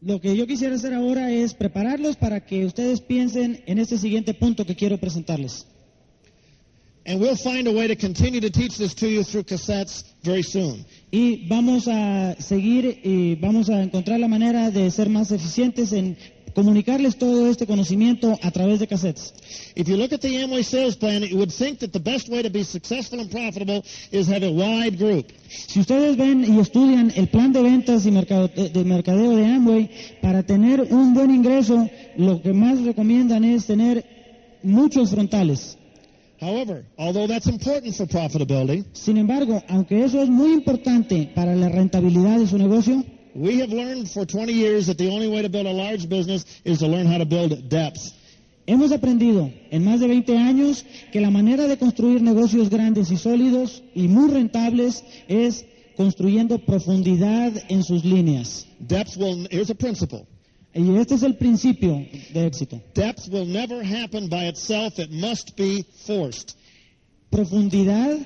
Lo que yo quisiera hacer ahora es prepararlos para que ustedes piensen en este siguiente punto que quiero presentarles. And we'll find a way to continue to teach this to you through cassettes very soon. Y vamos a seguir y vamos a encontrar la manera de ser más eficientes en comunicarles todo este conocimiento a través de cassettes. If you look at the Amway sales plan, you would think that the best way to be successful and profitable is have a wide group. Si ustedes ven y estudian el plan de ventas y mercado- de de mercadeo de Amway, para tener un buen ingreso, lo que más recomiendan es tener muchos frontales. However, although that's important for profitability, Sin embargo, aunque eso es muy importante para la rentabilidad de su negocio, we have learned for 20 years that the only way to build a large business is to learn how to build depth. hemos aprendido en más de 20 años que la manera de construir negocios grandes y sólidos y muy rentables es construyendo profundidad en sus líneas. Depth will, here's a principle. Y este es el principio de éxito. Depth will never happen by itself. It must be forced. profundidad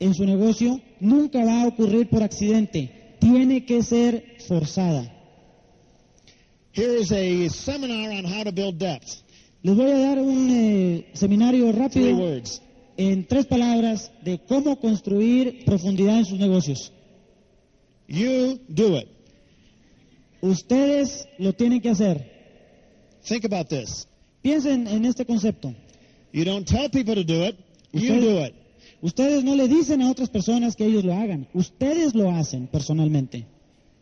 en su negocio nunca va a ocurrir por accidente. Tiene que ser forzada. Here is a seminar on how to build depth. Les voy a dar un eh, seminario Three rápido words. en tres palabras de cómo construir profundidad en sus negocios. You do it. Ustedes lo tienen que hacer. Think about this. Piensen en este concepto. You don't tell people to do it. You Okay. do it. Ustedes no le dicen a otras personas que ellos lo hagan. Ustedes lo hacen personalmente.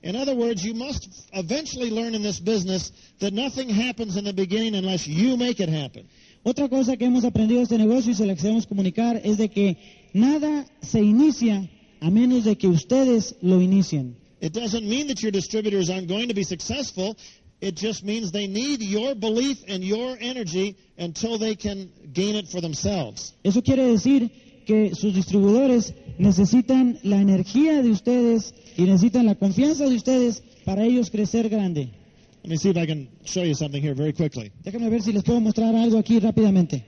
In other words, you must eventually learn in this business that nothing happens in the beginning unless you make it happen. Otra cosa que hemos aprendido de este negocio y se la queremos comunicar es de que nada se inicia a menos de que ustedes lo inicien. It doesn't mean that your distributors aren't going to be successful. It just means they need your belief and your energy until they can gain it for themselves. Eso quiere decir que sus distribuidores necesitan la energía de ustedes y necesitan la confianza de ustedes para ellos crecer grande. Let me see if I can show you something here very quickly. Déjenme ver si les puedo mostrar algo aquí rápidamente.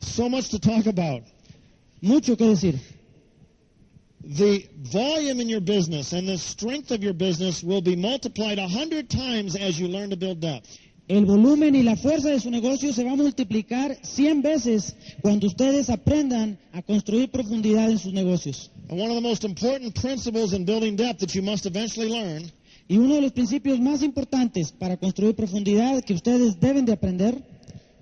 So much to talk about. Mucho que decir. The volume in your business and the strength of your business will be multiplied a hundred times as you learn to build depth. El volumen y la fuerza de su negocio se va a multiplicar 100 veces cuando ustedes aprendan a construir profundidad en sus negocios. And one of the most important principles in building depth that you must eventually learn Y uno de los principios más importantes para construir profundidad que ustedes deben de aprender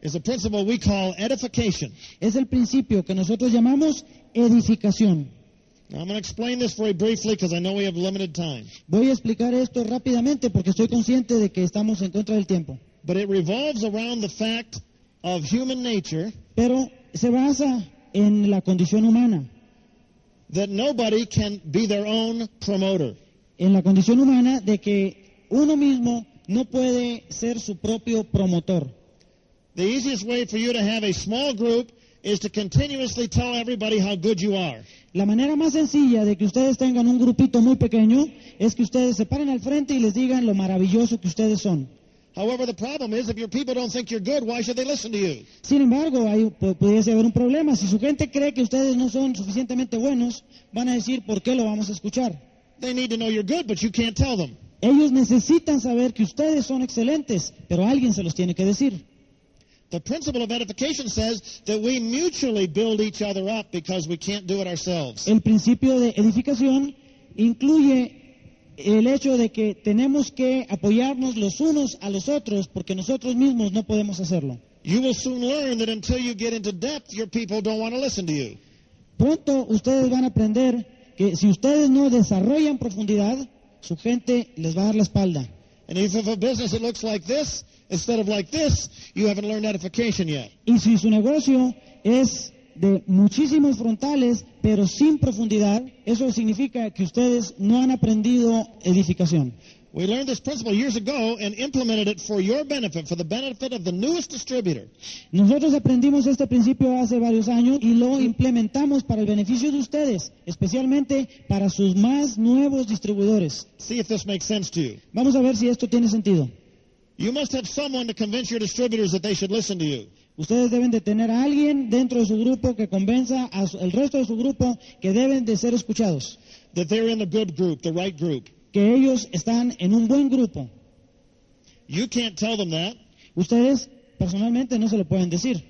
is a principle we call edification. es el principio que nosotros llamamos edificación. Now, I'm going to explain this very briefly because I know we have limited time. Voy a explicar esto rápidamente porque estoy consciente de que estamos en contra del tiempo. But it revolves around the fact of human nature Pero se basa en la condición humana. that nobody can be their own promoter. En la condición humana de que uno mismo no puede ser su propio promotor. The easiest way for you to have a small group is to continuously tell everybody how good you are. La manera más sencilla de que ustedes tengan un grupito muy pequeño es que ustedes se paren al frente y les digan lo maravilloso que ustedes son. However, the problem is if your people don't think you're good, why should they listen to you? Sin embargo, ahí pu- pudiese haber un problema. Si su gente cree que ustedes no son suficientemente buenos, van a decir, ¿por qué lo vamos a escuchar? They need to know you're good, but you can't tell them. Ellos necesitan saber que ustedes son excelentes, pero alguien se los tiene que decir. The principle of edification says that we mutually build each other up because we can't do it ourselves. El principio de edificación incluye el hecho de que tenemos que apoyarnos los unos a los otros porque nosotros mismos no podemos hacerlo. You will soon learn that until you get into depth, your people don't want to listen to you. Pronto ustedes van a aprender que si ustedes no desarrollan profundidad, su gente les va a dar la espalda. And if you have a business that looks like this instead of like this, you haven't learned edification yet. Y si su negocio es de muchísimos frontales, pero sin profundidad, eso significa que ustedes no han aprendido edificación. We learned this principle years ago and implemented it for your benefit, for the benefit of the newest distributor. Nosotros aprendimos este principio hace varios años y lo implementamos para el beneficio de ustedes, especialmente para sus más nuevos distribuidores. See if this makes sense to you. Vamos a ver si esto tiene sentido. You must have someone to convince your distributors that they should listen to you. Ustedes deben de tener a alguien dentro de su grupo que convenza al resto de su grupo que deben de ser escuchados. that they're in the good group, the right group. que ellos están en un buen grupo. You can't tell them that, Ustedes personalmente no se lo pueden decir.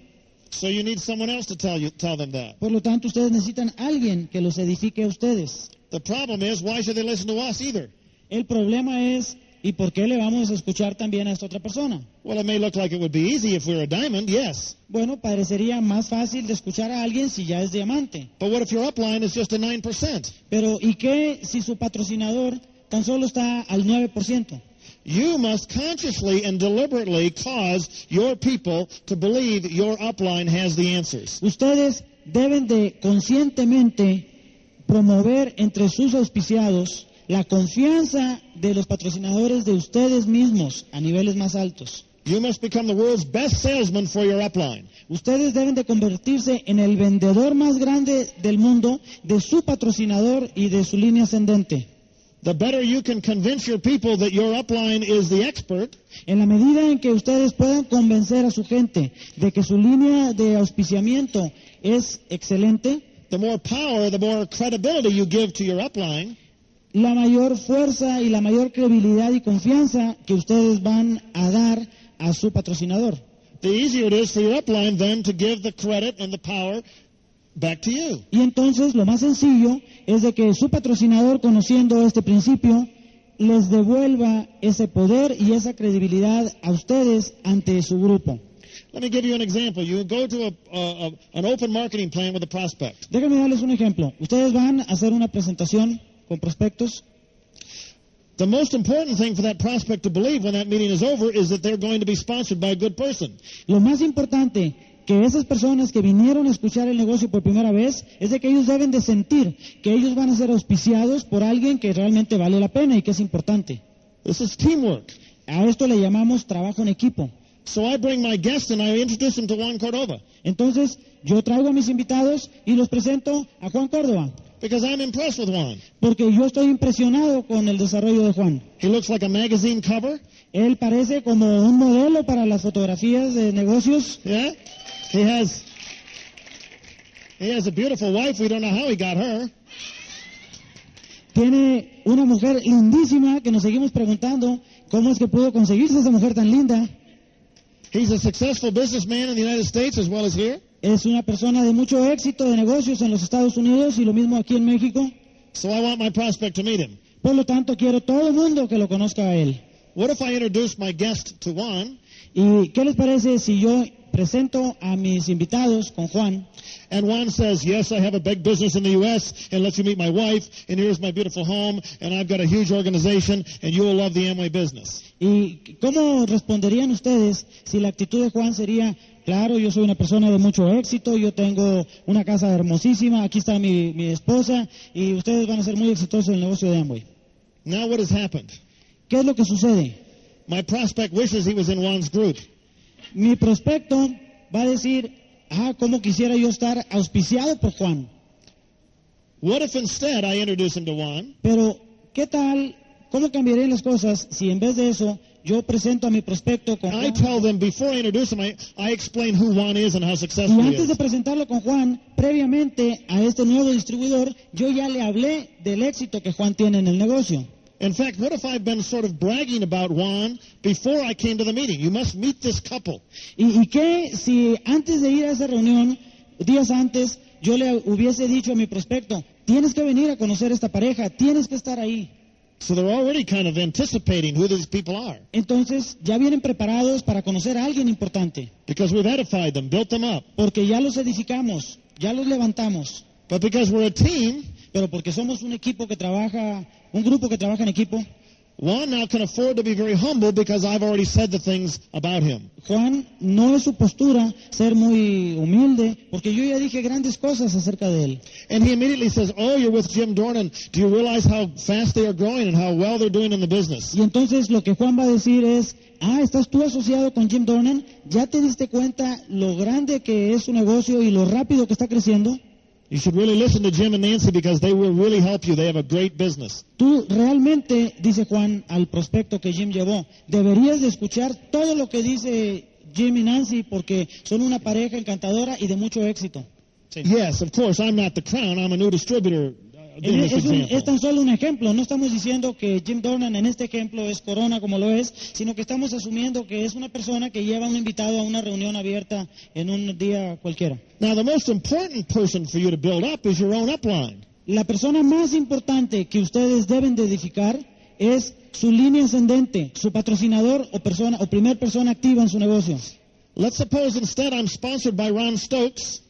so you need someone else to tell you tell them that. Por lo tanto, ustedes necesitan alguien que los edifique a ustedes. The problem is why should they listen to us either? El problema es, ¿y por qué le vamos a escuchar también a esta otra persona? Well, it may look like it would be easy if we were a diamond, yes. Bueno, parecería más fácil de escuchar a alguien si ya es diamante. But what if your upline is just a 9%? Pero ¿y qué si su patrocinador tan solo está al 9%? You must consciously and deliberately cause your people to believe your upline has the answers. Ustedes deben de conscientemente promover entre sus auspiciados la confianza de los patrocinadores de ustedes mismos a niveles más altos. You must become the world's best salesman for your upline. Ustedes deben de convertirse en el vendedor más grande del mundo de su patrocinador y de su línea ascendente. The better you can convince your people that your upline is the expert, En la medida en que ustedes puedan convencer a su gente de que su línea de auspiciamiento es excelente, the more power, the more credibility you give to your upline, la mayor fuerza y la mayor credibilidad y confianza que ustedes van a dar a su patrocinador. the easier it is for your upline then to give the credit and the power back to you. Y entonces lo más sencillo es de que su patrocinador, conociendo este principio, les devuelva ese poder y esa credibilidad a ustedes ante su grupo. Let me give you an example. You go to a, a, a- an open marketing plan with a prospect. Déjenme darles un ejemplo. Ustedes van a hacer una presentación con prospectos The most important thing for that prospect to believe when that meeting is over is that they're going to be sponsored by a good person. Lo más importante que esas personas que vinieron a escuchar el negocio por primera vez es de que ellos deben de sentir que ellos van a ser auspiciados por alguien que realmente vale la pena y que es importante. This is teamwork. A esto le llamamos trabajo en equipo. So I bring my guest and I introduce him to Juan Cordova Entonces, yo traigo a mis invitados y los presento a Juan Córdoba, because I'm impressed with Juan. porque yo estoy impresionado con el desarrollo de Juan. He looks like a magazine cover. Él parece como un modelo para las fotografías de negocios. Yeah? He has he has a beautiful wife. We don't know how he got her. Tiene una mujer lindísima que nos seguimos preguntando cómo es que pudo conseguirse esa mujer tan linda. He's a successful businessman in the United States as well as here. Es una persona de mucho éxito de negocios en los Estados Unidos y lo mismo aquí en México. So I want my prospect to meet him. Por lo tanto, quiero todo el mundo que lo conozca a él. What if I introduce my guest to Juan ¿Y qué les parece si yo presento a mis invitados con Juan? and Juan says, "Yes, I have a big business in the U.S. and let you meet my wife and here's my beautiful home and I've got a huge organization and you will love the Amway business." ¿Y cómo responderían ustedes si la actitud de Juan sería, claro, yo soy una persona de mucho éxito, yo tengo una casa hermosísima, aquí está mi, mi esposa y ustedes van a ser muy exitosos en el negocio de Amway? Now what has happened? ¿Qué es lo que sucede? My prospect wishes he was in Juan's group. Mi prospecto va a decir, ah, ¿cómo quisiera yo estar auspiciado por Juan? What if instead I introduce him to Juan Pero, ¿qué tal? ¿Cómo cambiarían las cosas si en vez de eso yo presento a mi prospecto con And I Juan? tell them before I introduce him, I, I explain who Juan is and how Y successful he antes de is. presentarlo con Juan, previamente a este nuevo distribuidor, yo ya le hablé del éxito que Juan tiene en el negocio. In fact, what if I've been sort of bragging about Juan before I came to the meeting? You must meet this couple. ¿Y, y qué si antes de ir a esa reunión, días antes, yo le hubiese dicho a mi prospecto, tienes que venir a conocer esta pareja, tienes que estar ahí? So they're already kind of anticipating who these people are Entonces ya vienen preparados para conocer a alguien importante, because we've edified them, built them up. porque ya los edificamos, ya los levantamos. But because we're a team, Pero porque somos un equipo que trabaja, un grupo que trabaja en equipo, Juan now can afford to be very humble because I've already said the things about him. Juan no es su postura ser muy humilde, porque yo ya dije grandes cosas acerca de él. And he immediately says, Oh, you're with Jim Dornan. Do you realize how fast they are growing and how well they're doing in the business? Y entonces lo que Juan va a decir es, ah, estás tú asociado con Jim Dornan, ya te diste cuenta lo grande que es su negocio y lo rápido que está creciendo. You should really listen to Jim and Nancy because they will really help you. They have a great business. Tú realmente, dice Juan al prospecto que Jim llevó, deberías de escuchar todo lo que dice Jim y Nancy porque son una pareja encantadora y de mucho éxito. Yes, of course, I'm not the crown. I'm a new distributor. in Es, this es un- es example. tan solo un ejemplo. No estamos diciendo que Jim Dornan en este ejemplo es corona como lo es, sino que estamos asumiendo que es una persona que lleva a un invitado a una reunión abierta en un día cualquiera. Now, the most important person for you to build up is your own upline. La persona más importante que ustedes deben de edificar es su línea ascendente, su patrocinador o persona o primer persona activa en su negocio. Let's suppose instead I'm sponsored by Ron Stokes.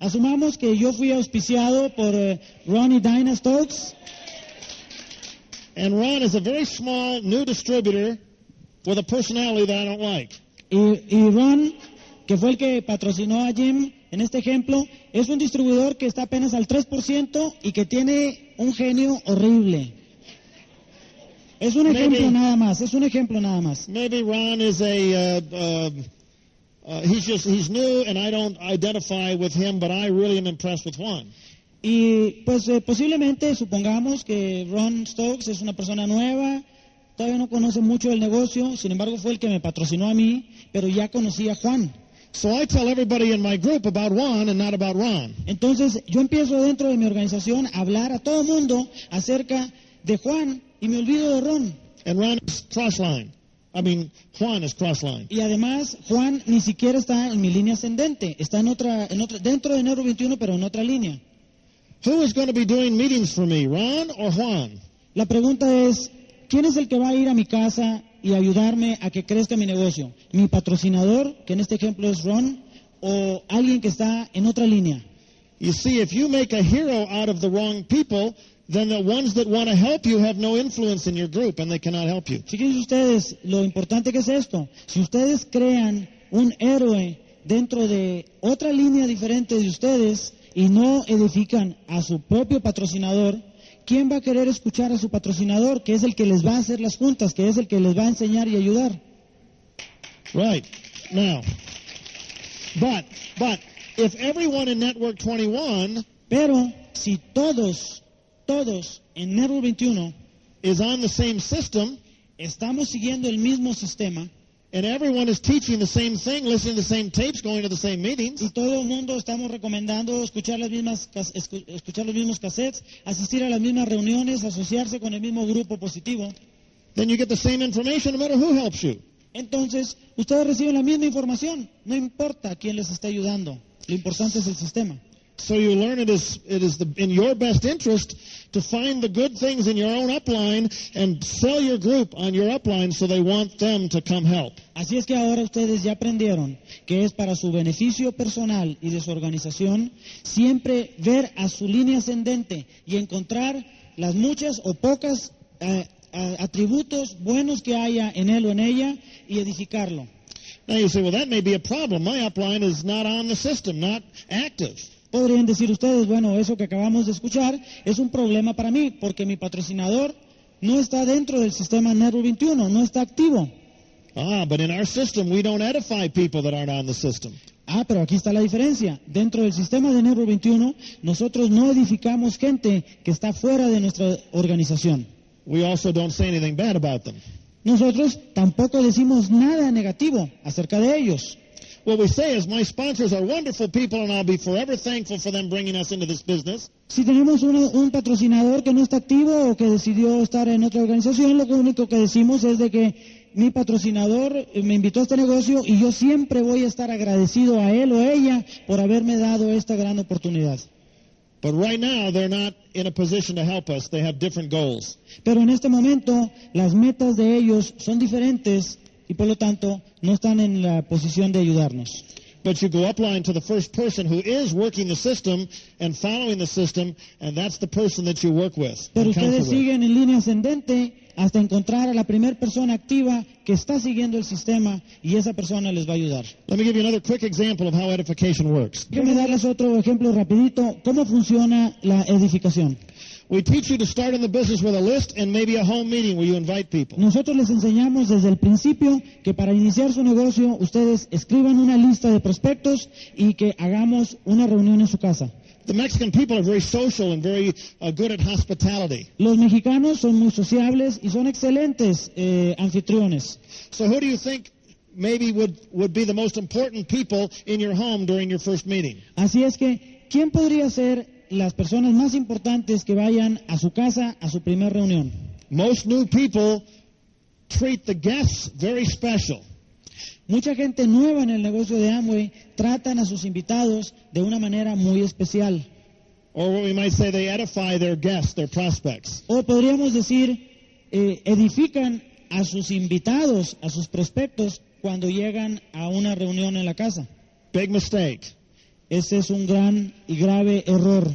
Asumamos que yo fui auspiciado por eh, Ronnie Dinah Stokes And Ron is a very small new distributor with a personality that I don't like. y, y Ron, que fue el que patrocinó a Jim en este ejemplo, es un distribuidor que está apenas al 3% y que tiene un genio horrible. Es un Maybe- ejemplo nada más, es un ejemplo nada más. Maybe Ron is a uh, uh, uh, he's just he's new, and I don't identify with him, but I really am impressed with Juan. Y pues eh, posiblemente supongamos que Ron Stokes es una persona nueva, todavía no conoce mucho el negocio, sin embargo fue el que me patrocinó a mí, pero ya conocí a Juan. So I tell everybody in my group about Juan and not about Ron. Entonces yo empiezo dentro de mi organización a hablar a todo mundo acerca de Juan y me olvido de Ron. And Ron is crossline. I mean, Juan is crossline. Y además Juan ni siquiera está en mi línea ascendente, está en otra, en otra, dentro de Enero 21 pero en otra línea. Who is going to be doing meetings for me, Ron or Juan? La pregunta es, ¿quién es el que va a ir a mi casa y ayudarme a que crezca mi negocio? ¿Mi patrocinador, que en este ejemplo es Ron, o alguien que está en otra línea? You see, if you make a hero out of the wrong people, then the ones that want to help you have no influence in your group, and they cannot help you. Fíjense ustedes lo importante que es esto. Si ustedes crean un héroe dentro de otra línea diferente de ustedes y no edifican a su propio patrocinador, ¿quién va a querer escuchar a su patrocinador, que es el que les va a hacer las juntas, que es el que les va a enseñar y ayudar? Right. Now, but, but, if everyone in Network 21 Pero si todos, todos en Network 21 is on the same system, estamos siguiendo el mismo sistema and everyone is teaching the same thing, listening to the same tapes, going to the same y meetings, todo el mundo estamos recomendando escuchar las mismas cas- escu- escuchar los mismos cassettes, asistir a las mismas reuniones, asociarse con el mismo grupo positivo, then you get the same information no matter who helps you. entonces ustedes reciben la misma información, no importa quién les está ayudando, lo importante es el sistema. So you learn it is, it is the, in your best interest to find the good things in your own upline and sell your group on your upline so they want them to come help. Así es que ahora ustedes ya aprendieron que es para su beneficio personal y de su organización siempre ver a su línea ascendente y encontrar las muchas o pocas eh, eh, atributos buenos que haya en él o en ella y edificarlo. Now you say, well, that may be a problem. My upline is not on the system, not active. Podrían decir ustedes, bueno, eso que acabamos de escuchar es un problema para mí porque mi patrocinador no está dentro del sistema Network 21, no está activo. Ah, but in our system, we don't edify people that aren't on the system. Ah, pero aquí está la diferencia. Dentro del sistema de Enero 21, nosotros no edificamos gente que está fuera de nuestra organización. We also don't say anything bad about them. Nosotros tampoco decimos nada negativo acerca de ellos. What we say is, my sponsors are wonderful people, and I'll be forever thankful for them bringing us into this business. Si tenemos uno- un patrocinador que no está activo o que decidió estar en otra organización, lo que único que decimos es de que mi patrocinador eh, me invitó a este negocio y yo siempre voy a estar agradecido a él o ella por haberme dado esta gran oportunidad. But right now, they're not in a position to help us. They have different goals. Pero en este momento las metas de ellos son diferentes y por lo tanto no están en la posición de ayudarnos. But you go upline to the first person who is working the system and following the system, and that's the person that you work with. Pero and counsel ustedes with. siguen en línea ascendente hasta encontrar a la primera persona activa que está siguiendo el sistema y esa persona les va a ayudar. Let me give you another quick example of how edification works. Déjenme darles otro ejemplo rapidito, cómo funciona la edificación. We teach you to start in the business with a list and maybe a home meeting where you invite people. Nosotros les enseñamos desde el principio que para iniciar su negocio ustedes escriban una lista de prospectos y que hagamos una reunión en su casa. The Mexican people are very social and very uh, good at hospitality. Los mexicanos son muy sociables y son excelentes eh, anfitriones. So who do you think maybe would, would be the most important people in your home during your first meeting? Así es que, ¿quién podría ser las personas más importantes que vayan a su casa a su primera reunión. Most new people treat the guests very special. Mucha gente nueva en el negocio de Amway tratan a sus invitados de una manera muy especial. Or what we might say, they edify their guests, their prospects. O podríamos decir, eh, edifican a sus invitados, a sus prospectos, cuando llegan a una reunión en la casa. Big mistake. Ese es un gran y grave error.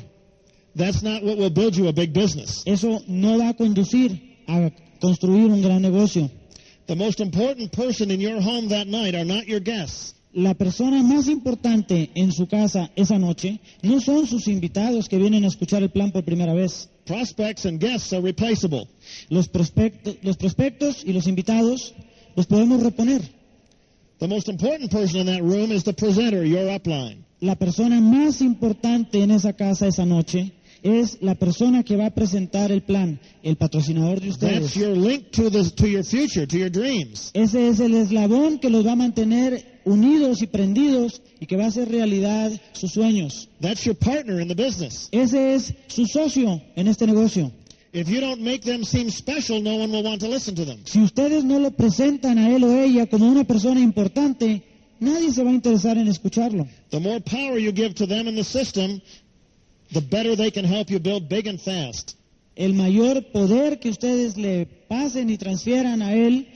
That's not what will build you a big business. Eso no va a conducir a construir un gran negocio. The most important person in your home that night are not your guests. La persona más importante en su casa esa noche no son sus invitados que vienen a escuchar el plan por primera vez. Prospects and guests are replaceable. Los, prospecto- los prospectos y los invitados los podemos reponer. The most important person in that room is the presenter, your upline. La persona más importante en esa casa esa noche es la persona que va a presentar el plan, el patrocinador de That's ustedes. your link to the to your future, to your dreams. Ese es el eslabón que los va a mantener unidos y prendidos y que va a hacer realidad sus sueños. That's your partner in the business. Ese es su socio en este negocio. If you don't make them seem special, no one will want to listen to them. Si ustedes no lo presentan a él o ella como una persona importante, nadie se va a interesar en escucharlo. The more power you give to them in the system, the better they can help you build big and fast. El mayor poder que ustedes le pasen y transfieran a él,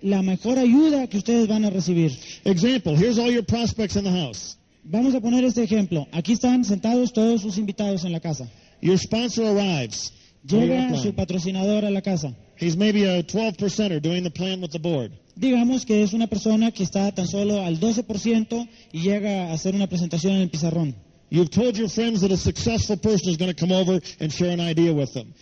la mejor ayuda que ustedes van a recibir. Example, here's all your prospects in the house. Vamos a poner este ejemplo. Aquí están sentados todos sus invitados en la casa. Your sponsor arrives. Or your Llega upline. su patrocinador a la casa. He's maybe a 12%er doing the plan with the board. Digamos que es una persona que está tan solo al 12% y llega a hacer una presentación en el pizarrón. You've told your friends that a successful person is going to come over and share an idea with them.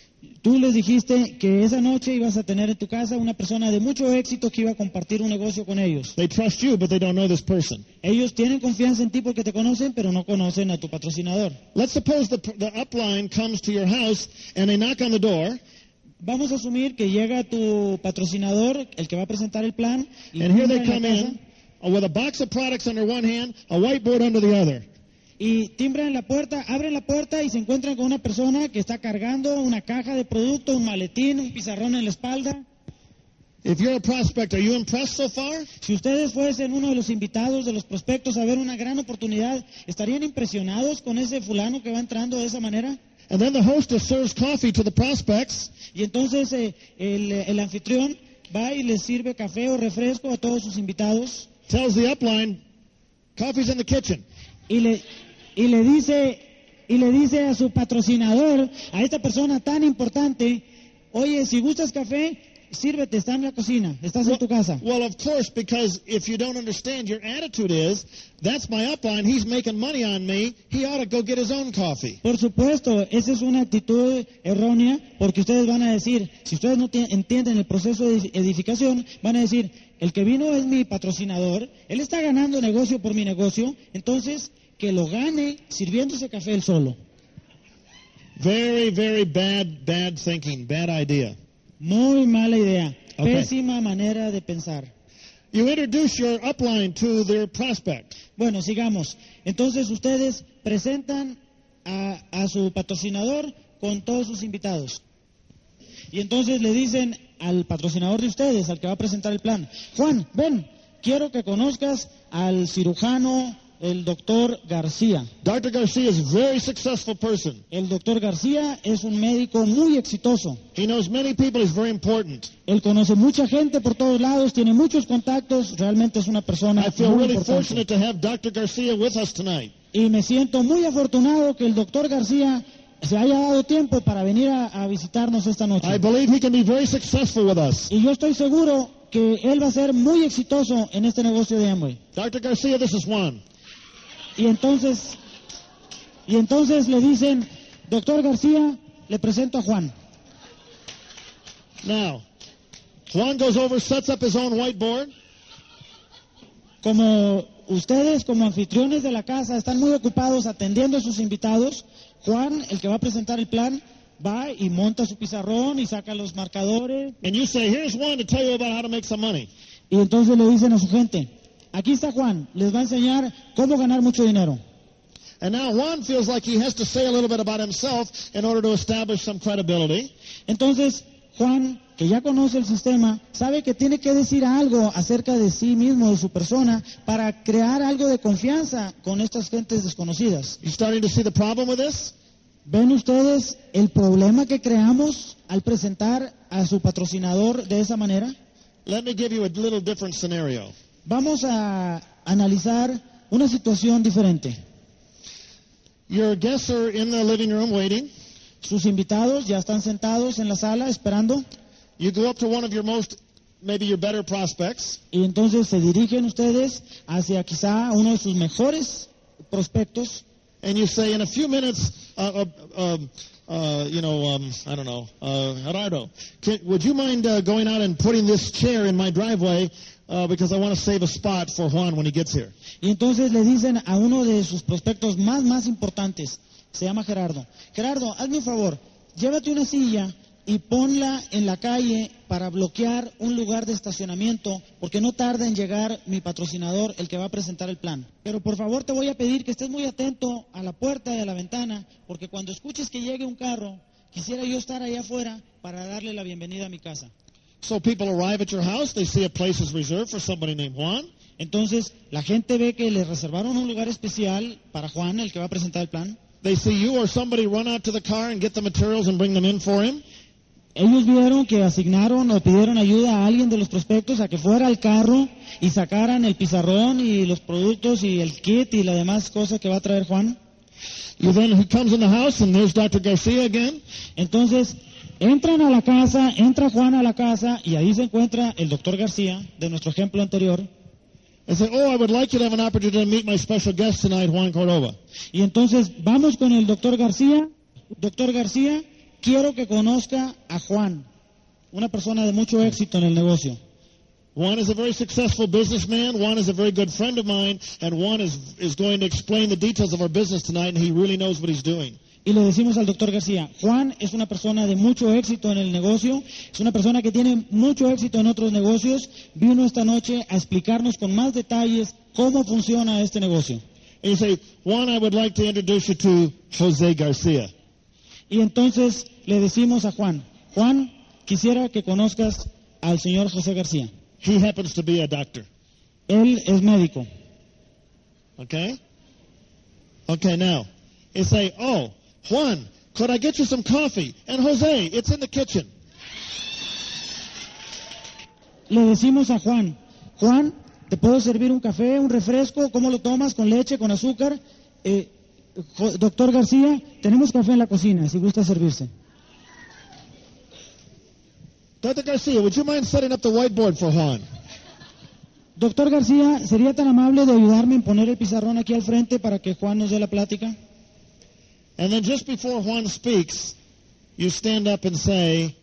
Tú les dijiste que esa noche ibas a tener en tu casa una persona de mucho éxito que iba a compartir un negocio con ellos. They trust you, but they don't know this person. Ellos tienen confianza en ti porque te conocen, pero no conocen a tu patrocinador. Let's suppose the, the upline comes to your house and they knock on the door Vamos a asumir que llega tu patrocinador, el que va a presentar el plan, y and here they timbra en come la casa, in uh, with a box of products under one hand, a whiteboard under the other. y timbran la puerta, abren la puerta y se encuentran con una persona que está cargando una caja de producto, un maletín, un pizarrón en la espalda. If you're a prospect, are you impressed so far? Si ustedes fuesen uno de los invitados de los prospectos a ver una gran oportunidad, ¿estarían impresionados con ese fulano que va entrando de esa manera? And then the hostess serves coffee to the prospects Y entonces eh, el, el anfitrión va y les sirve café o refresco a todos sus invitados tells the upline, coffee's in the kitchen. y le, y le dice y le dice a su patrocinador, a esta persona tan importante, oye, si gustas café, sírvete, está en la cocina, estás en tu casa. Well, of course, because if you don't understand, your attitude is, that's my upline, he's making money on me, he ought to go get his own coffee. Por supuesto, esa es una actitud errónea, porque ustedes van a decir, si ustedes no tie- entienden el proceso de edificación, van a decir, el que vino es mi patrocinador, él está ganando negocio por mi negocio, entonces que lo gane sirviéndose café él solo. Very, very bad, bad thinking, bad idea. Muy mala idea, Ok. pésima manera de pensar. You introduce your upline to their prospect. Bueno, sigamos. Entonces ustedes presentan a, a su patrocinador con todos sus invitados. Y entonces le dicen al patrocinador de ustedes, al que va a presentar el plan, Juan, ven, quiero que conozcas al cirujano, el doctor García. Dr. Garcia is a very successful person. El doctor García es un médico muy exitoso. He knows many people. He's very important. Él conoce mucha gente por todos lados, tiene muchos contactos, realmente es una persona I feel muy really importante. fortunate to have Dr. Garcia with us tonight. Y me siento muy afortunado que el doctor García se haya dado tiempo para venir a, a visitarnos esta I noche. believe he can be very successful with us. Y yo estoy seguro que él va a ser muy exitoso en este negocio de Amway. Dr. Garcia, this is Juan. Y entonces, y entonces le dicen, doctor García, le presento a Juan. Now, Juan goes over, sets up his own whiteboard. Como ustedes, como anfitriones de la casa, están muy ocupados atendiendo a sus invitados, Juan, el que va a presentar el plan, va y monta su pizarrón y saca los marcadores, And you say, here's Juan to tell you about how to make some money. Y entonces le dicen a su gente, aquí está Juan, les va a enseñar cómo ganar mucho dinero. And now Juan feels like he has to say a little bit about himself in order to establish some credibility. Entonces, Juan, que ya conoce el sistema, sabe que tiene que decir algo acerca de sí mismo, de su persona, para crear algo de confianza con estas gentes desconocidas. You starting to see the problem with this? ¿Ven ustedes el problema que creamos al presentar a su patrocinador de esa manera? Let me give you a little different scenario. Vamos a analizar una situación diferente. Your guests are in the living room waiting. Sus invitados ya están sentados en la sala esperando You go up to one of your most, maybe your better prospects, y entonces se dirigen ustedes hacia quizá uno de sus mejores prospectos and you say, in a few minutes, uh, uh, um, uh, you know, um, I don't know, uh, Gerardo, can, would you mind uh, going out and putting this chair in my driveway uh, because I want to save a spot for Juan when he gets here? y entonces le dicen a uno de sus prospectos más, más importantes, se llama Gerardo, Gerardo, hazme un favor, llévate una silla y ponla en la calle para bloquear un lugar de estacionamiento porque no tarda en llegar mi patrocinador, el que va a presentar el plan. Pero por favor te voy a pedir que estés muy atento a la puerta y a la ventana porque cuando escuches que llegue un carro, quisiera yo estar allá afuera para darle la bienvenida a mi casa. So people arrive at your house, they see a place is reserved for somebody named Juan. Entonces, la gente ve que le reservaron un lugar especial para Juan, el que va a presentar el plan. They see you or somebody run out to the car and get the materials and bring them in for him. Ellos vieron que asignaron o pidieron ayuda a alguien de los prospectos a que fuera al carro y sacaran el pizarrón y los productos y el kit y las demás cosas que va a traer Juan. You then he comes in the house and there's Dr. Garcia again. Entonces, entran a la casa, entra Juan a la casa y ahí se encuentra el doctor García, de nuestro ejemplo anterior. and say, oh, I would like you to have an opportunity to meet my special guest tonight, Juan Cordova. Y entonces vamos con el doctor García. Doctor García, quiero que conozca a Juan, una persona de mucho éxito en el negocio. Juan is a very successful businessman. Juan is a very good friend of mine, and Juan is is going to explain the details of our business tonight, and he really knows what he's doing. Y le decimos al doctor García, Juan es una persona de mucho éxito en el negocio, es una persona que tiene mucho éxito en otros negocios, vino esta noche a explicarnos con más detalles cómo funciona este negocio. And you say, Juan, I would like to introduce you to Jose Garcia. Y entonces le decimos a Juan, Juan, quisiera que conozcas al señor José García. He happens to be a doctor. Él es médico. Okay? Okay, now, you say, oh, Juan, could I get you some coffee? And Jose, it's in the kitchen. le decimos a Juan, Juan, ¿te puedo servir un café, un refresco? ¿Cómo lo tomas? ¿Con leche, con azúcar? Eh, jo- doctor García, tenemos café en la cocina, si gusta servirse. Dr. Garcia, would you mind setting up the whiteboard for Juan? Doctor García, ¿sería tan amable de ayudarme en poner el pizarrón aquí al frente para que Juan nos dé la plática? And then just before Juan speaks, you stand up and say,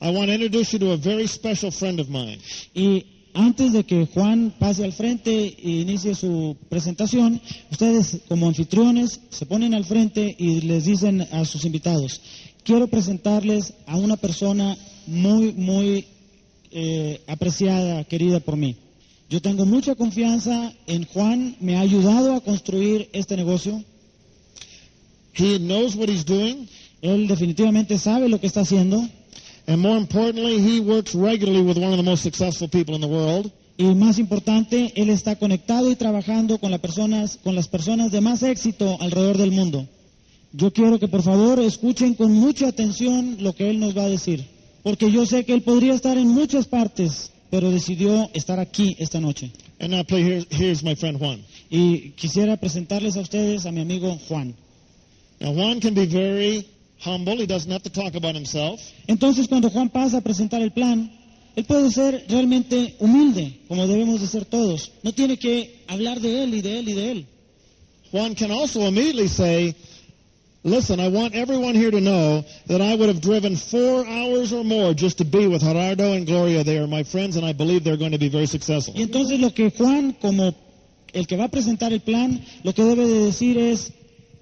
I want to introduce you to a very special friend of mine. Y antes de que Juan pase al frente e inicie su presentación, ustedes como anfitriones se ponen al frente y les dicen a sus invitados, quiero presentarles a una persona muy, muy eh, apreciada, querida por mí. Yo tengo mucha confianza en Juan, me ha ayudado a construir este negocio, He knows what he's doing, él definitivamente sabe lo que está haciendo and more importantly, he works regularly with one of the most successful people in the world. y más importante, él está conectado y trabajando con, la personas, con las personas de más éxito alrededor del mundo. Yo quiero que por favor escuchen con mucha atención lo que él nos va a decir, porque yo sé que él podría estar en muchas partes, pero decidió estar aquí esta noche. And now, play, here, here's my friend Juan. Y quisiera presentarles a ustedes a mi amigo Juan. Now, Juan can be very humble. He doesn't have to talk about himself. Entonces cuando Juan pasa a presentar el plan, él puede ser realmente humilde, como debemos de ser todos. No tiene que hablar de él y de él y de él. Juan can also immediately say, Listen, I want everyone here to know that I would have driven four hours or more just to be with Gerardo and Gloria. They are my friends, and I believe they're going to be very successful. Y entonces lo que Juan, como el que va a presentar el plan, lo que debe de decir es,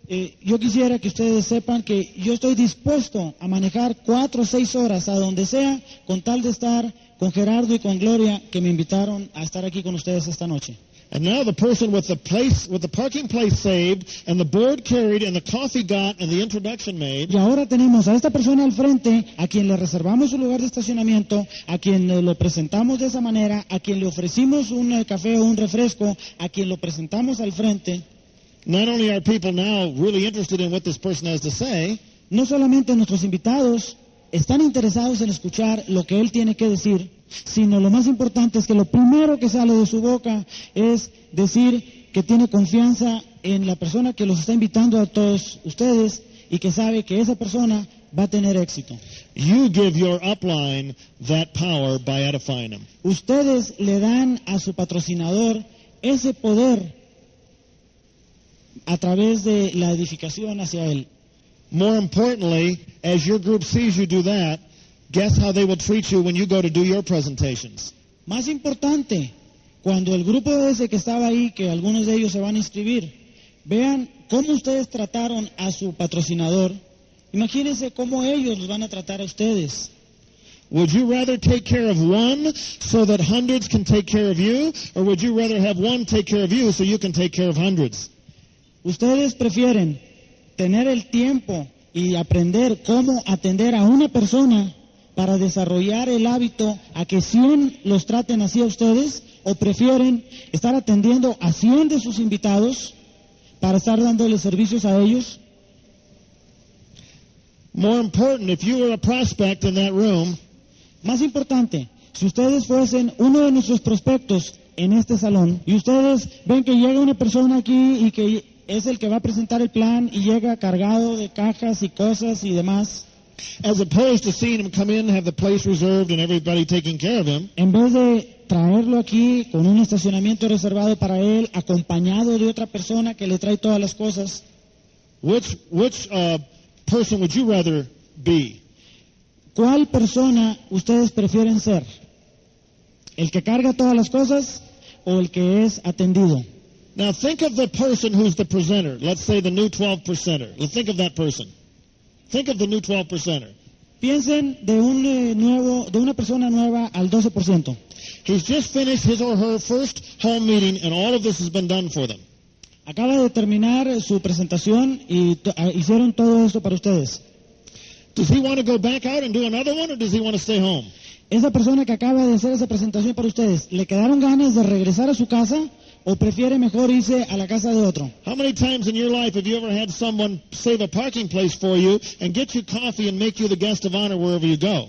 eh, yo quisiera que ustedes sepan que yo estoy dispuesto a manejar cuatro o seis horas a donde sea, con tal de estar con Gerardo y con Gloria, que me invitaron a estar aquí con ustedes esta noche. And now the person with the place, with the parking place saved, and the board carried, and the coffee got, and the introduction made, Y ahora tenemos a esta persona al frente, a quien le reservamos su lugar de estacionamiento, a quien eh, lo presentamos de esa manera, a quien le ofrecimos un eh, café o un refresco, a quien lo presentamos al frente. not only are people now really interested in what this person has to say, No solamente nuestros invitados están interesados en escuchar lo que él tiene que decir, sino lo más importante es que lo primero que sale de su boca es decir que tiene confianza en la persona que los está invitando a todos ustedes y que sabe que esa persona va a tener éxito. you give your upline that power by edifying them. Ustedes le dan a su patrocinador ese poder a través de la edificación hacia él. More importantly, as your group sees you do that, guess how they will treat you when you go to do your presentations. Más importante, cuando el grupo de ese que estaba ahí, que algunos de ellos se van a inscribir, vean cómo ustedes trataron a su patrocinador, imagínense cómo ellos los van a tratar a ustedes. Would you rather take care of one so that hundreds can take care of you, or would you rather have one take care of you so you can take care of hundreds? Ustedes prefieren tener el tiempo y aprender cómo atender a una persona para desarrollar el hábito a que 100 los traten así a ustedes o prefieren estar atendiendo a 100 de sus invitados para estar dándoles servicios a ellos. More important, if you were a prospect in that room, Más importante, si ustedes fuesen uno de nuestros prospectos en este salón y ustedes ven que llega una persona aquí y que es el que va a presentar el plan y llega cargado de cajas y cosas y demás, as opposed to seeing him come in and have the place reserved and everybody taking care of him, en vez de traerlo aquí con un estacionamiento reservado para él, acompañado de otra persona que le trae todas las cosas, which, which uh, person would you rather be? ¿cuál persona ustedes prefieren ser? ¿El que carga todas las cosas o el que es atendido? Now think of the person who's the presenter. Let's say the new 12 percenter. Let's think of that person. Think of the new 12 percenter. Piensen de un eh, nuevo, de una persona nueva al 12%. He's just finished his or her first home meeting and all of this has been done for them. Acaba de terminar eh, su presentación y to- ah, hicieron todo esto para ustedes. Does he want to go back out and do another one or does he want to stay home? Esa persona que acaba de hacer esa presentación para ustedes, ¿le quedaron ganas de regresar a su casa o prefiere mejor irse a la casa de otro? How many times in your life have you ever had someone save a parking place for you and get you coffee and make you the guest of honor wherever you go?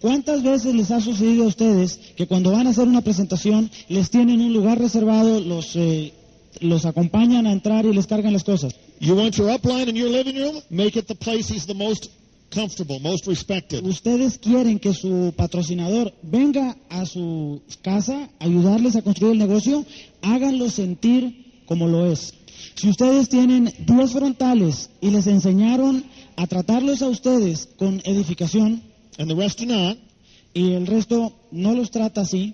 ¿Cuántas veces les ha sucedido a ustedes que cuando van a hacer una presentación les tienen un lugar reservado, los, eh, los acompañan a entrar y les cargan las cosas? You want your upline in your living room? Make it the place he's the most comfortable, most respected. Ustedes quieren que su patrocinador venga a su casa, ayudarles a construir el negocio, háganlo sentir como lo es. Si ustedes tienen 10 frontales y les enseñaron a tratarlos a ustedes con edificación And the rest are not. y el resto no los trata así,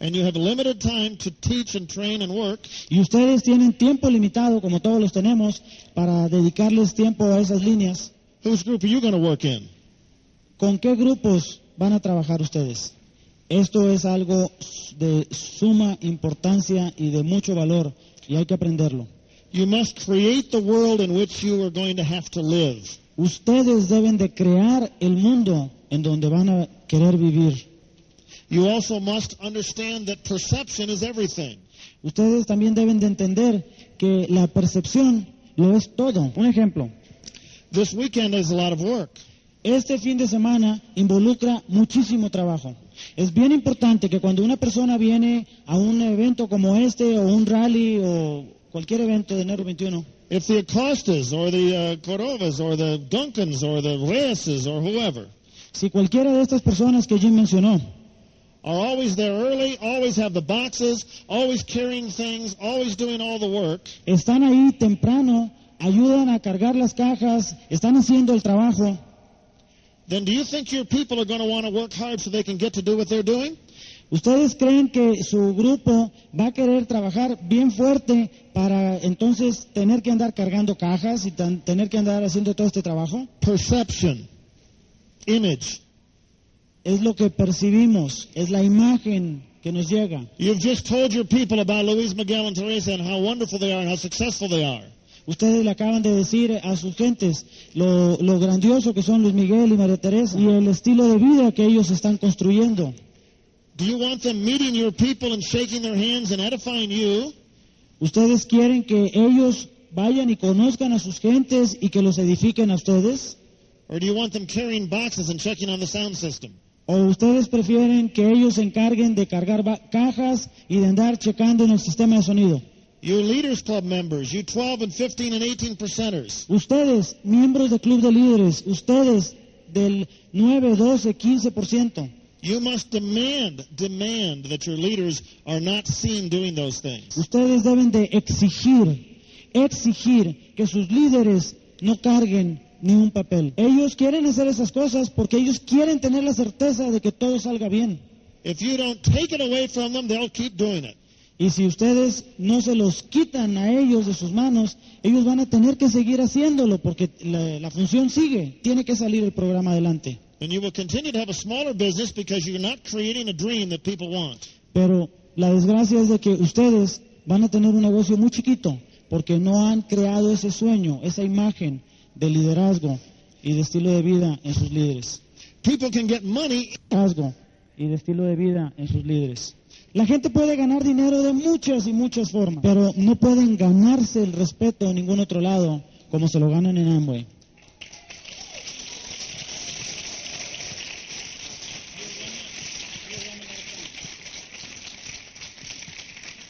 And you have limited time to teach and train and work. y ustedes tienen tiempo limitado, como todos los tenemos, para dedicarles tiempo a esas líneas, Whose group are you going to work in? ¿con qué grupos van a trabajar ustedes? Esto es algo de suma importancia y de mucho valor y hay que aprenderlo. You must create the world in which you are going to have to live. Ustedes deben de crear el mundo en donde van a querer vivir. You also must understand that perception is everything. Ustedes también deben de entender que la percepción lo es todo. Un ejemplo, This weekend is a lot of work. Este fin de semana involucra muchísimo trabajo. Es bien importante que cuando una persona viene a un evento como este o un rally o cualquier evento de enero 21, If the Acostas or the uh, Cordovas or the Duncans or the Reyeses or whoever si cualquiera de estas personas que Jim mencionó are always there early, always have the boxes, always carrying things, always doing all the work, están ahí temprano, ayudan a cargar las cajas, están haciendo el trabajo, then do you think your people are going to want to work hard so they can get to do what they're doing? ¿ustedes creen que su grupo va a querer trabajar bien fuerte para entonces tener que andar cargando cajas y tan- tener que andar haciendo todo este trabajo? Perception, image. es lo que percibimos, es la imagen que nos llega. You've just told your people about Luis Miguel and Teresa and how wonderful they are and how successful they are. Ustedes le acaban de decir a sus gentes lo, lo grandioso que son Luis Miguel y María Teresa y el estilo de vida que ellos están construyendo. Do you want them meeting your people and shaking their hands and edifying you? ¿Ustedes quieren que ellos vayan y conozcan a sus gentes y que los edifiquen a ustedes? Or do you want them carrying boxes and checking on the sound system? ¿O ustedes prefieren que ellos se encarguen de cargar ba- cajas y de andar checando en el sistema de sonido? You Leaders Club members, you 12 and 15 and 18 percenters, Ustedes, miembros del Club de Líderes, ustedes del 9, 12, 15%, you must demand, demand that your leaders are not seen doing those things. ustedes deben de exigir, exigir que sus líderes no carguen ni un papel. Ellos quieren hacer esas cosas porque ellos quieren tener la certeza de que todo salga bien. If you don't take it away from them, they'll keep doing it. Y si ustedes no se los quitan a ellos de sus manos, ellos van a tener que seguir haciéndolo porque la, la función sigue. Tiene que salir el programa adelante. And you will continue to have a smaller business because you're not creating a dream that people want. Pero la desgracia es de que ustedes van a tener un negocio muy chiquito porque no han creado ese sueño, esa imagen de liderazgo y de estilo de vida en sus líderes. People can get money. Liderazgo y de estilo de vida en sus líderes. La gente puede ganar dinero de muchas y muchas formas, pero no pueden ganarse el respeto en ningún otro lado como se lo ganan en Amway.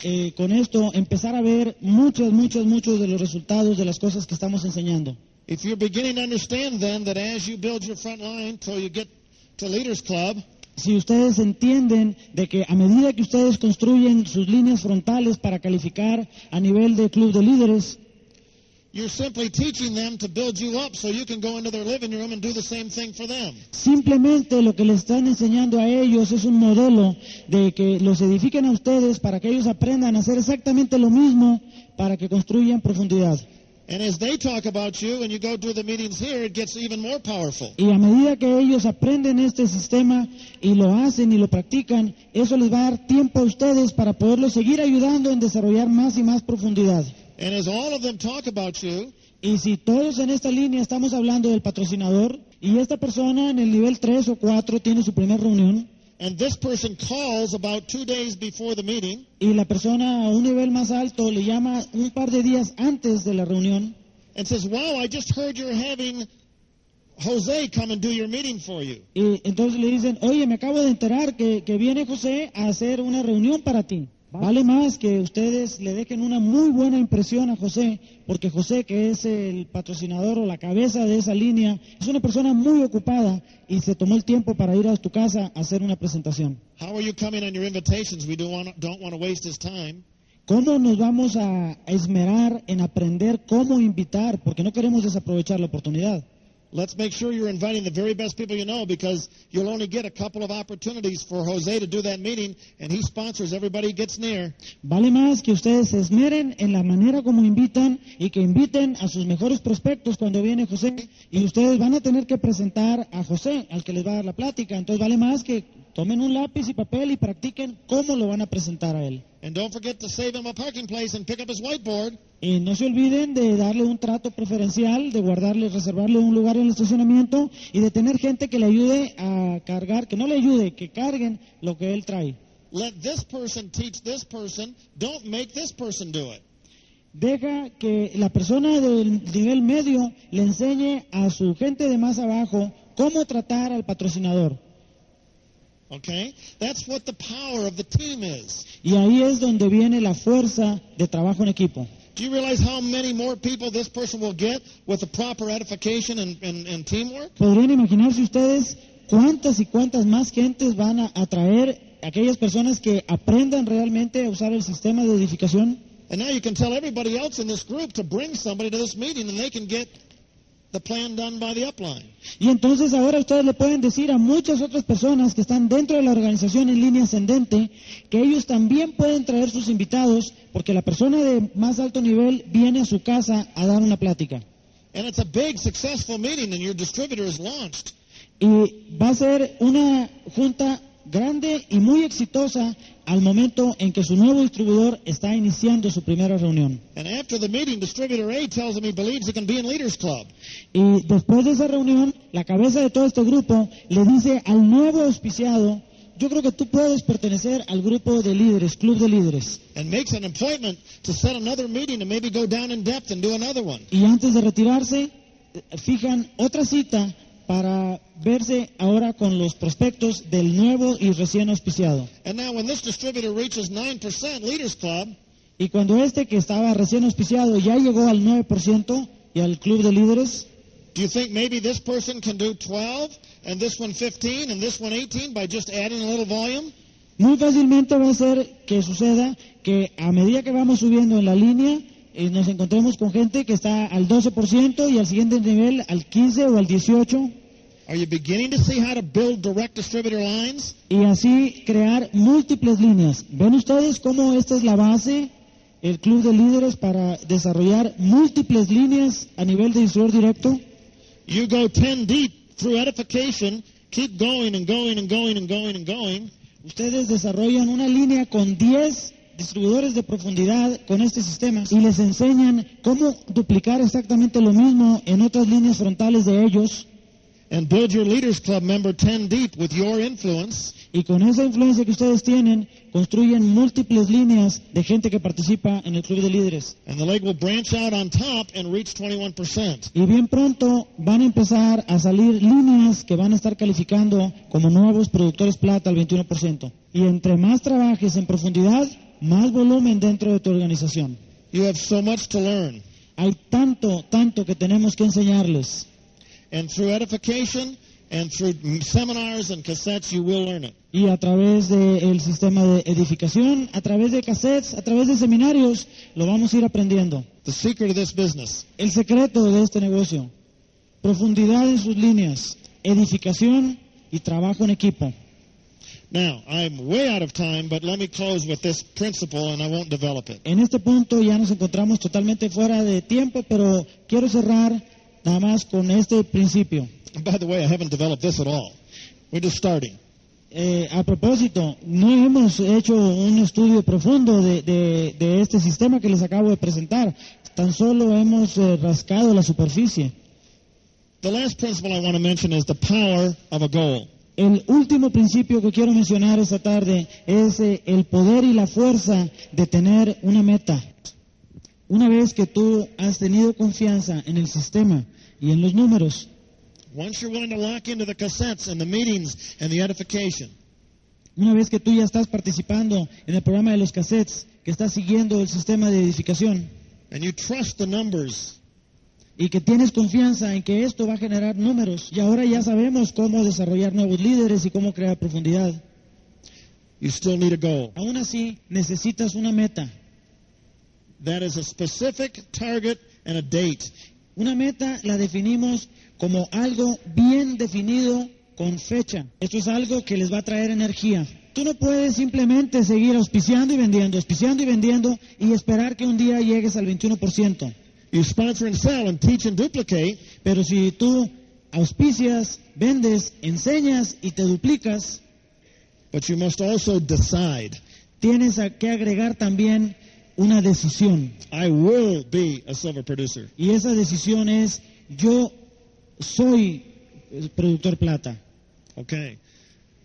eh, con esto empezar a ver muchos, muchos, muchos de los resultados de las cosas que estamos enseñando. If you're beginning to understand then that as you build your front line till you get to Leaders Club, Si ustedes entienden de que a medida que ustedes construyen sus líneas frontales para calificar a nivel de club de líderes, you're simply teaching them to build you up so you can go into their living room and do the same thing for them. simplemente lo que les están enseñando a ellos es un modelo de que los edifiquen a ustedes para que ellos aprendan a hacer exactamente lo mismo para que construyan profundidad. And as they talk about you and you go to the meetings here, it gets even more powerful. Y a medida que ellos aprenden este sistema y lo hacen y lo practican, eso les va a dar tiempo a ustedes para poderlos seguir ayudando en desarrollar más y más profundidad. And as all of them talk about you, Y si todos en esta línea estamos hablando del patrocinador y esta persona en el nivel 3 o 4 tiene su primera reunión and this person calls about two days before the meeting, y la persona a un nivel más alto le llama un par de días antes de la reunión and says, Wow, I just heard you're having Jose come and do your meeting for you. y entonces le dicen, oye, me acabo de enterar que, que viene José a hacer una reunión para ti. Vale más que ustedes le dejen una muy buena impresión a José, porque José, que es el patrocinador o la cabeza de esa línea, es una persona muy ocupada y se tomó el tiempo para ir a tu casa a hacer una presentación. How are you coming on your invitations? We don't want, don't want to waste his time. ¿Cómo nos vamos a esmerar en aprender cómo invitar? Porque no queremos desaprovechar la oportunidad. Let's make sure you're inviting the very best people you know because you'll only get a couple of opportunities for Jose to do that meeting, and he sponsors everybody he gets near. Vale más que ustedes se esmeren en la manera como invitan y que inviten a sus mejores prospectos cuando viene José y ustedes van a tener que presentar a José, al que les va a dar la plática. Entonces vale más que tomen un lápiz y papel y practiquen cómo lo van a presentar a él. And don't forget to save him a parking place and pick up his whiteboard. Y Eh, no se olviden de darle un trato preferencial, de guardarle, reservarle un lugar en el estacionamiento y de tener gente que le ayude a cargar, que no le ayude, que carguen lo que él trae. Let this person teach this person. Don't make this person do it. Deja que la persona del nivel medio le enseñe a su gente de más abajo cómo tratar al patrocinador. Okay? That's what the power of the team is. Y ahí es donde viene la fuerza de trabajo en equipo. Do you realize how many more people this person will get with the proper edification and, and, and teamwork? ¿Podrían imaginarse ustedes cuántas y cuántas más gentes van a atraer aquellas personas que aprendan realmente a usar el sistema de edificación? And now you can tell everybody else in this group to bring somebody to this meeting and they can get the plan done by the upline. Y entonces ahora ustedes le pueden decir a muchas otras personas que están dentro de la organización en línea ascendente que ellos también pueden traer sus invitados porque la persona de más alto nivel viene a su casa a dar una plática. And it's a big, successful meeting and your distributor is launched. Y va a ser una junta grande y muy exitosa al momento en que su nuevo distribuidor está iniciando su primera reunión. And after the meeting, distributor A tells him he believes he can be in Leaders Club. Y después de esa reunión, la cabeza de todo este grupo le dice al nuevo auspiciado, yo creo que tú puedes pertenecer al grupo de líderes, club de líderes. and makes an appointment to set another meeting and maybe go down in depth and do another one. Y antes de retirarse, eh, fijan otra cita para verse ahora con los prospectos del nuevo y recién auspiciado. And now when this distributor reaches 9% Leaders Club, Y cuando este que estaba recién auspiciado ya llegó al 9% y al club de líderes, do you think maybe this person can do 12 and this one 15 and this one 18 by just adding a little volume? muy fácilmente va a ser que suceda que a medida que vamos subiendo en la línea, eh, nos encontremos con gente que está al 12% y al siguiente nivel al 15 o al 18 Are you beginning to see how to build direct distributor lines? y así crear múltiples líneas. ¿Ven ustedes cómo esta es la base, el club de líderes, para desarrollar múltiples líneas a nivel de distribuidor directo? You go 10 deep through edification, keep going and going and going and going and going. Ustedes desarrollan una línea con 10 distribuidores de profundidad con este sistema y les enseñan cómo duplicar exactamente lo mismo en otras líneas frontales de ellos And build your Leaders Club member 10 deep with your influence. y con esa influencia que ustedes tienen construyen múltiples líneas de gente que participa en el club de líderes And the leg will branch out on top and reach 21%. y bien pronto van a empezar a salir líneas que van a estar calificando como nuevos productores plata al 21% y entre más trabajes en profundidad más volumen dentro de tu organización You have so much to learn. Hay tanto, tanto que tenemos que enseñarles. And through edification and through seminars and cassettes, you will learn it. Y a través del sistema de edificación, a través de cassettes, a través de seminarios, lo vamos a ir aprendiendo. The secret of this business. El secreto de este negocio, profundidad en sus líneas, edificación y trabajo en equipo. Now, I'm way out of time, but let me close with this principle and I won't develop it. En este punto ya nos encontramos totalmente fuera de tiempo, pero quiero cerrar nada más con este principio. And by the way, I haven't developed this at all. We're just starting. Eh, a propósito, no hemos hecho un estudio profundo de, de- de este sistema que les acabo de presentar. Tan solo hemos eh, rascado la superficie. The last principle I want to mention is the power of a goal. El último principio que quiero mencionar esta tarde es eh, el poder y la fuerza de tener una meta. Una vez que tú has tenido confianza en el sistema y en los números, Once you're willing to lock into the cassettes and the meetings and the edification, una vez que tú ya estás participando en el programa de los cassettes, que estás siguiendo el sistema de edificación, and you trust the numbers, y que tienes confianza en que esto va a generar números y ahora ya sabemos cómo desarrollar nuevos líderes y cómo crear profundidad. you still need a goal. Aún así, necesitas una meta, That is a specific target and a date. Una meta la definimos como algo bien definido con fecha. Esto es algo que les va a traer energía. Tú no puedes simplemente seguir auspiciando y vendiendo, auspiciando y vendiendo y esperar que un día llegues al 21%. You sponsor and sell and teach and duplicate, Pero si tú auspicias, vendes, enseñas y te duplicas, but you must also decide. tienes a- que agregar también una decisión. I will be a silver producer. Y esa decisión es, yo soy eh, productor plata. Okay.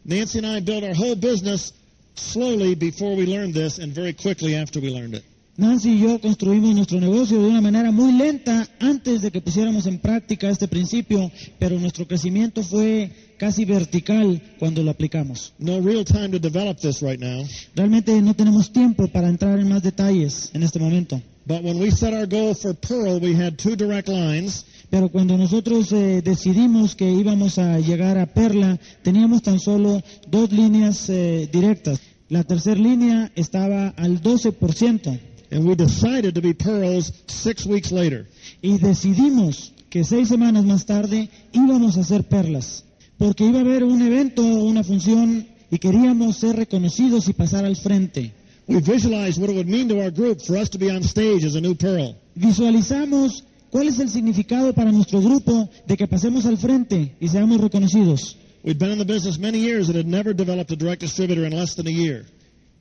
Nancy and I built our whole business slowly before we learned this and very quickly after we learned it. Nancy y yo construimos nuestro negocio de una manera muy lenta antes de que pusiéramos en práctica este principio, pero nuestro crecimiento fue casi vertical cuando lo aplicamos. No real time to develop this right now, Realmente no tenemos tiempo para entrar en más detalles en este momento. but when we set our goal for Pearl, we had two direct lines, Pero cuando nosotros eh, decidimos que íbamos a llegar a Perla, teníamos tan solo dos líneas eh, directas. La tercera línea estaba al 12% and we decided to be Pearls six weeks later. y decidimos que seis semanas más tarde íbamos a hacer Perlas, porque iba a haber un evento, una función y queríamos ser reconocidos y pasar al frente. We visualized what it would mean to our group for us to be on stage as a new Pearl. Visualizamos cuál es el significado para nuestro grupo de que pasemos al frente y seamos reconocidos. We'd been in the business many years and had never developed a direct distributor in less than a year.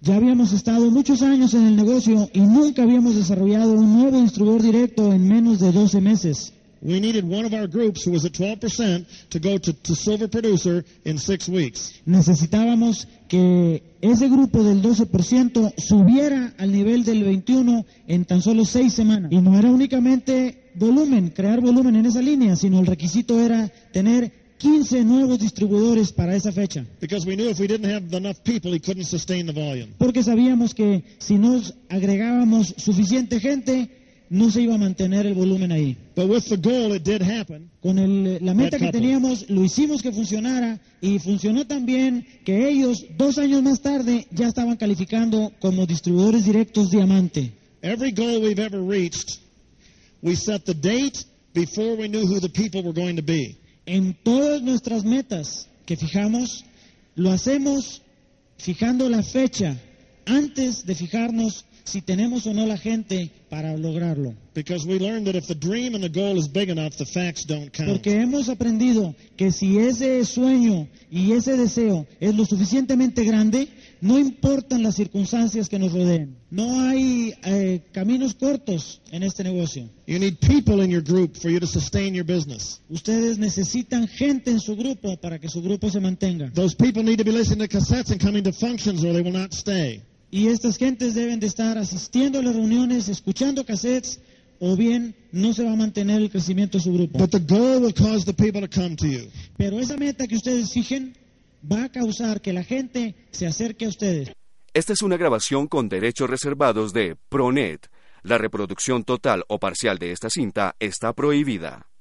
Ya habíamos estado muchos años en el negocio y nunca habíamos desarrollado un nuevo distribuidor directo en menos de 12 meses. We needed one of our groups who was at 12% to go to, to silver producer in six weeks. Necesitábamos que ese grupo del 12% subiera al nivel del 21 en tan solo seis semanas. Y no era únicamente volumen, crear volumen en esa línea, sino el requisito era tener 15 nuevos distribuidores para esa fecha. Because we knew if we didn't have enough people, he couldn't sustain the volume. Porque sabíamos que si nos agregábamos suficiente gente, no se iba a mantener el volumen ahí. But with the goal, it did happen. Con el- eh, la meta que Exacto. teníamos, lo hicimos que funcionara y funcionó tan bien que ellos, dos años más tarde, ya estaban calificando como distribuidores directos diamante. Every goal we've ever reached, we set the date before we knew who the people were going to be. En todas nuestras metas que fijamos, lo hacemos fijando la fecha antes de fijarnos si tenemos o no la gente para lograrlo. Because we learned that if the dream and the goal is big enough, the facts don't count. Porque hemos aprendido que si ese sueño y ese deseo es lo suficientemente grande, no importan las circunstancias que nos rodeen. No hay eh, caminos cortos en este negocio. You need people in your group for you to sustain your business. Ustedes necesitan gente en su grupo para que su grupo se mantenga. Those people need to be listening to cassettes and coming to functions or they will not stay. Y estas gentes deben de estar asistiendo a las reuniones, escuchando cassettes, o bien no se va a mantener el crecimiento de su grupo. But the goal will cause the people to come to you. Pero esa meta que ustedes fijen va a causar que la gente se acerque a ustedes. Esta es una grabación con derechos reservados de ProNet. La reproducción total o parcial de esta cinta está prohibida.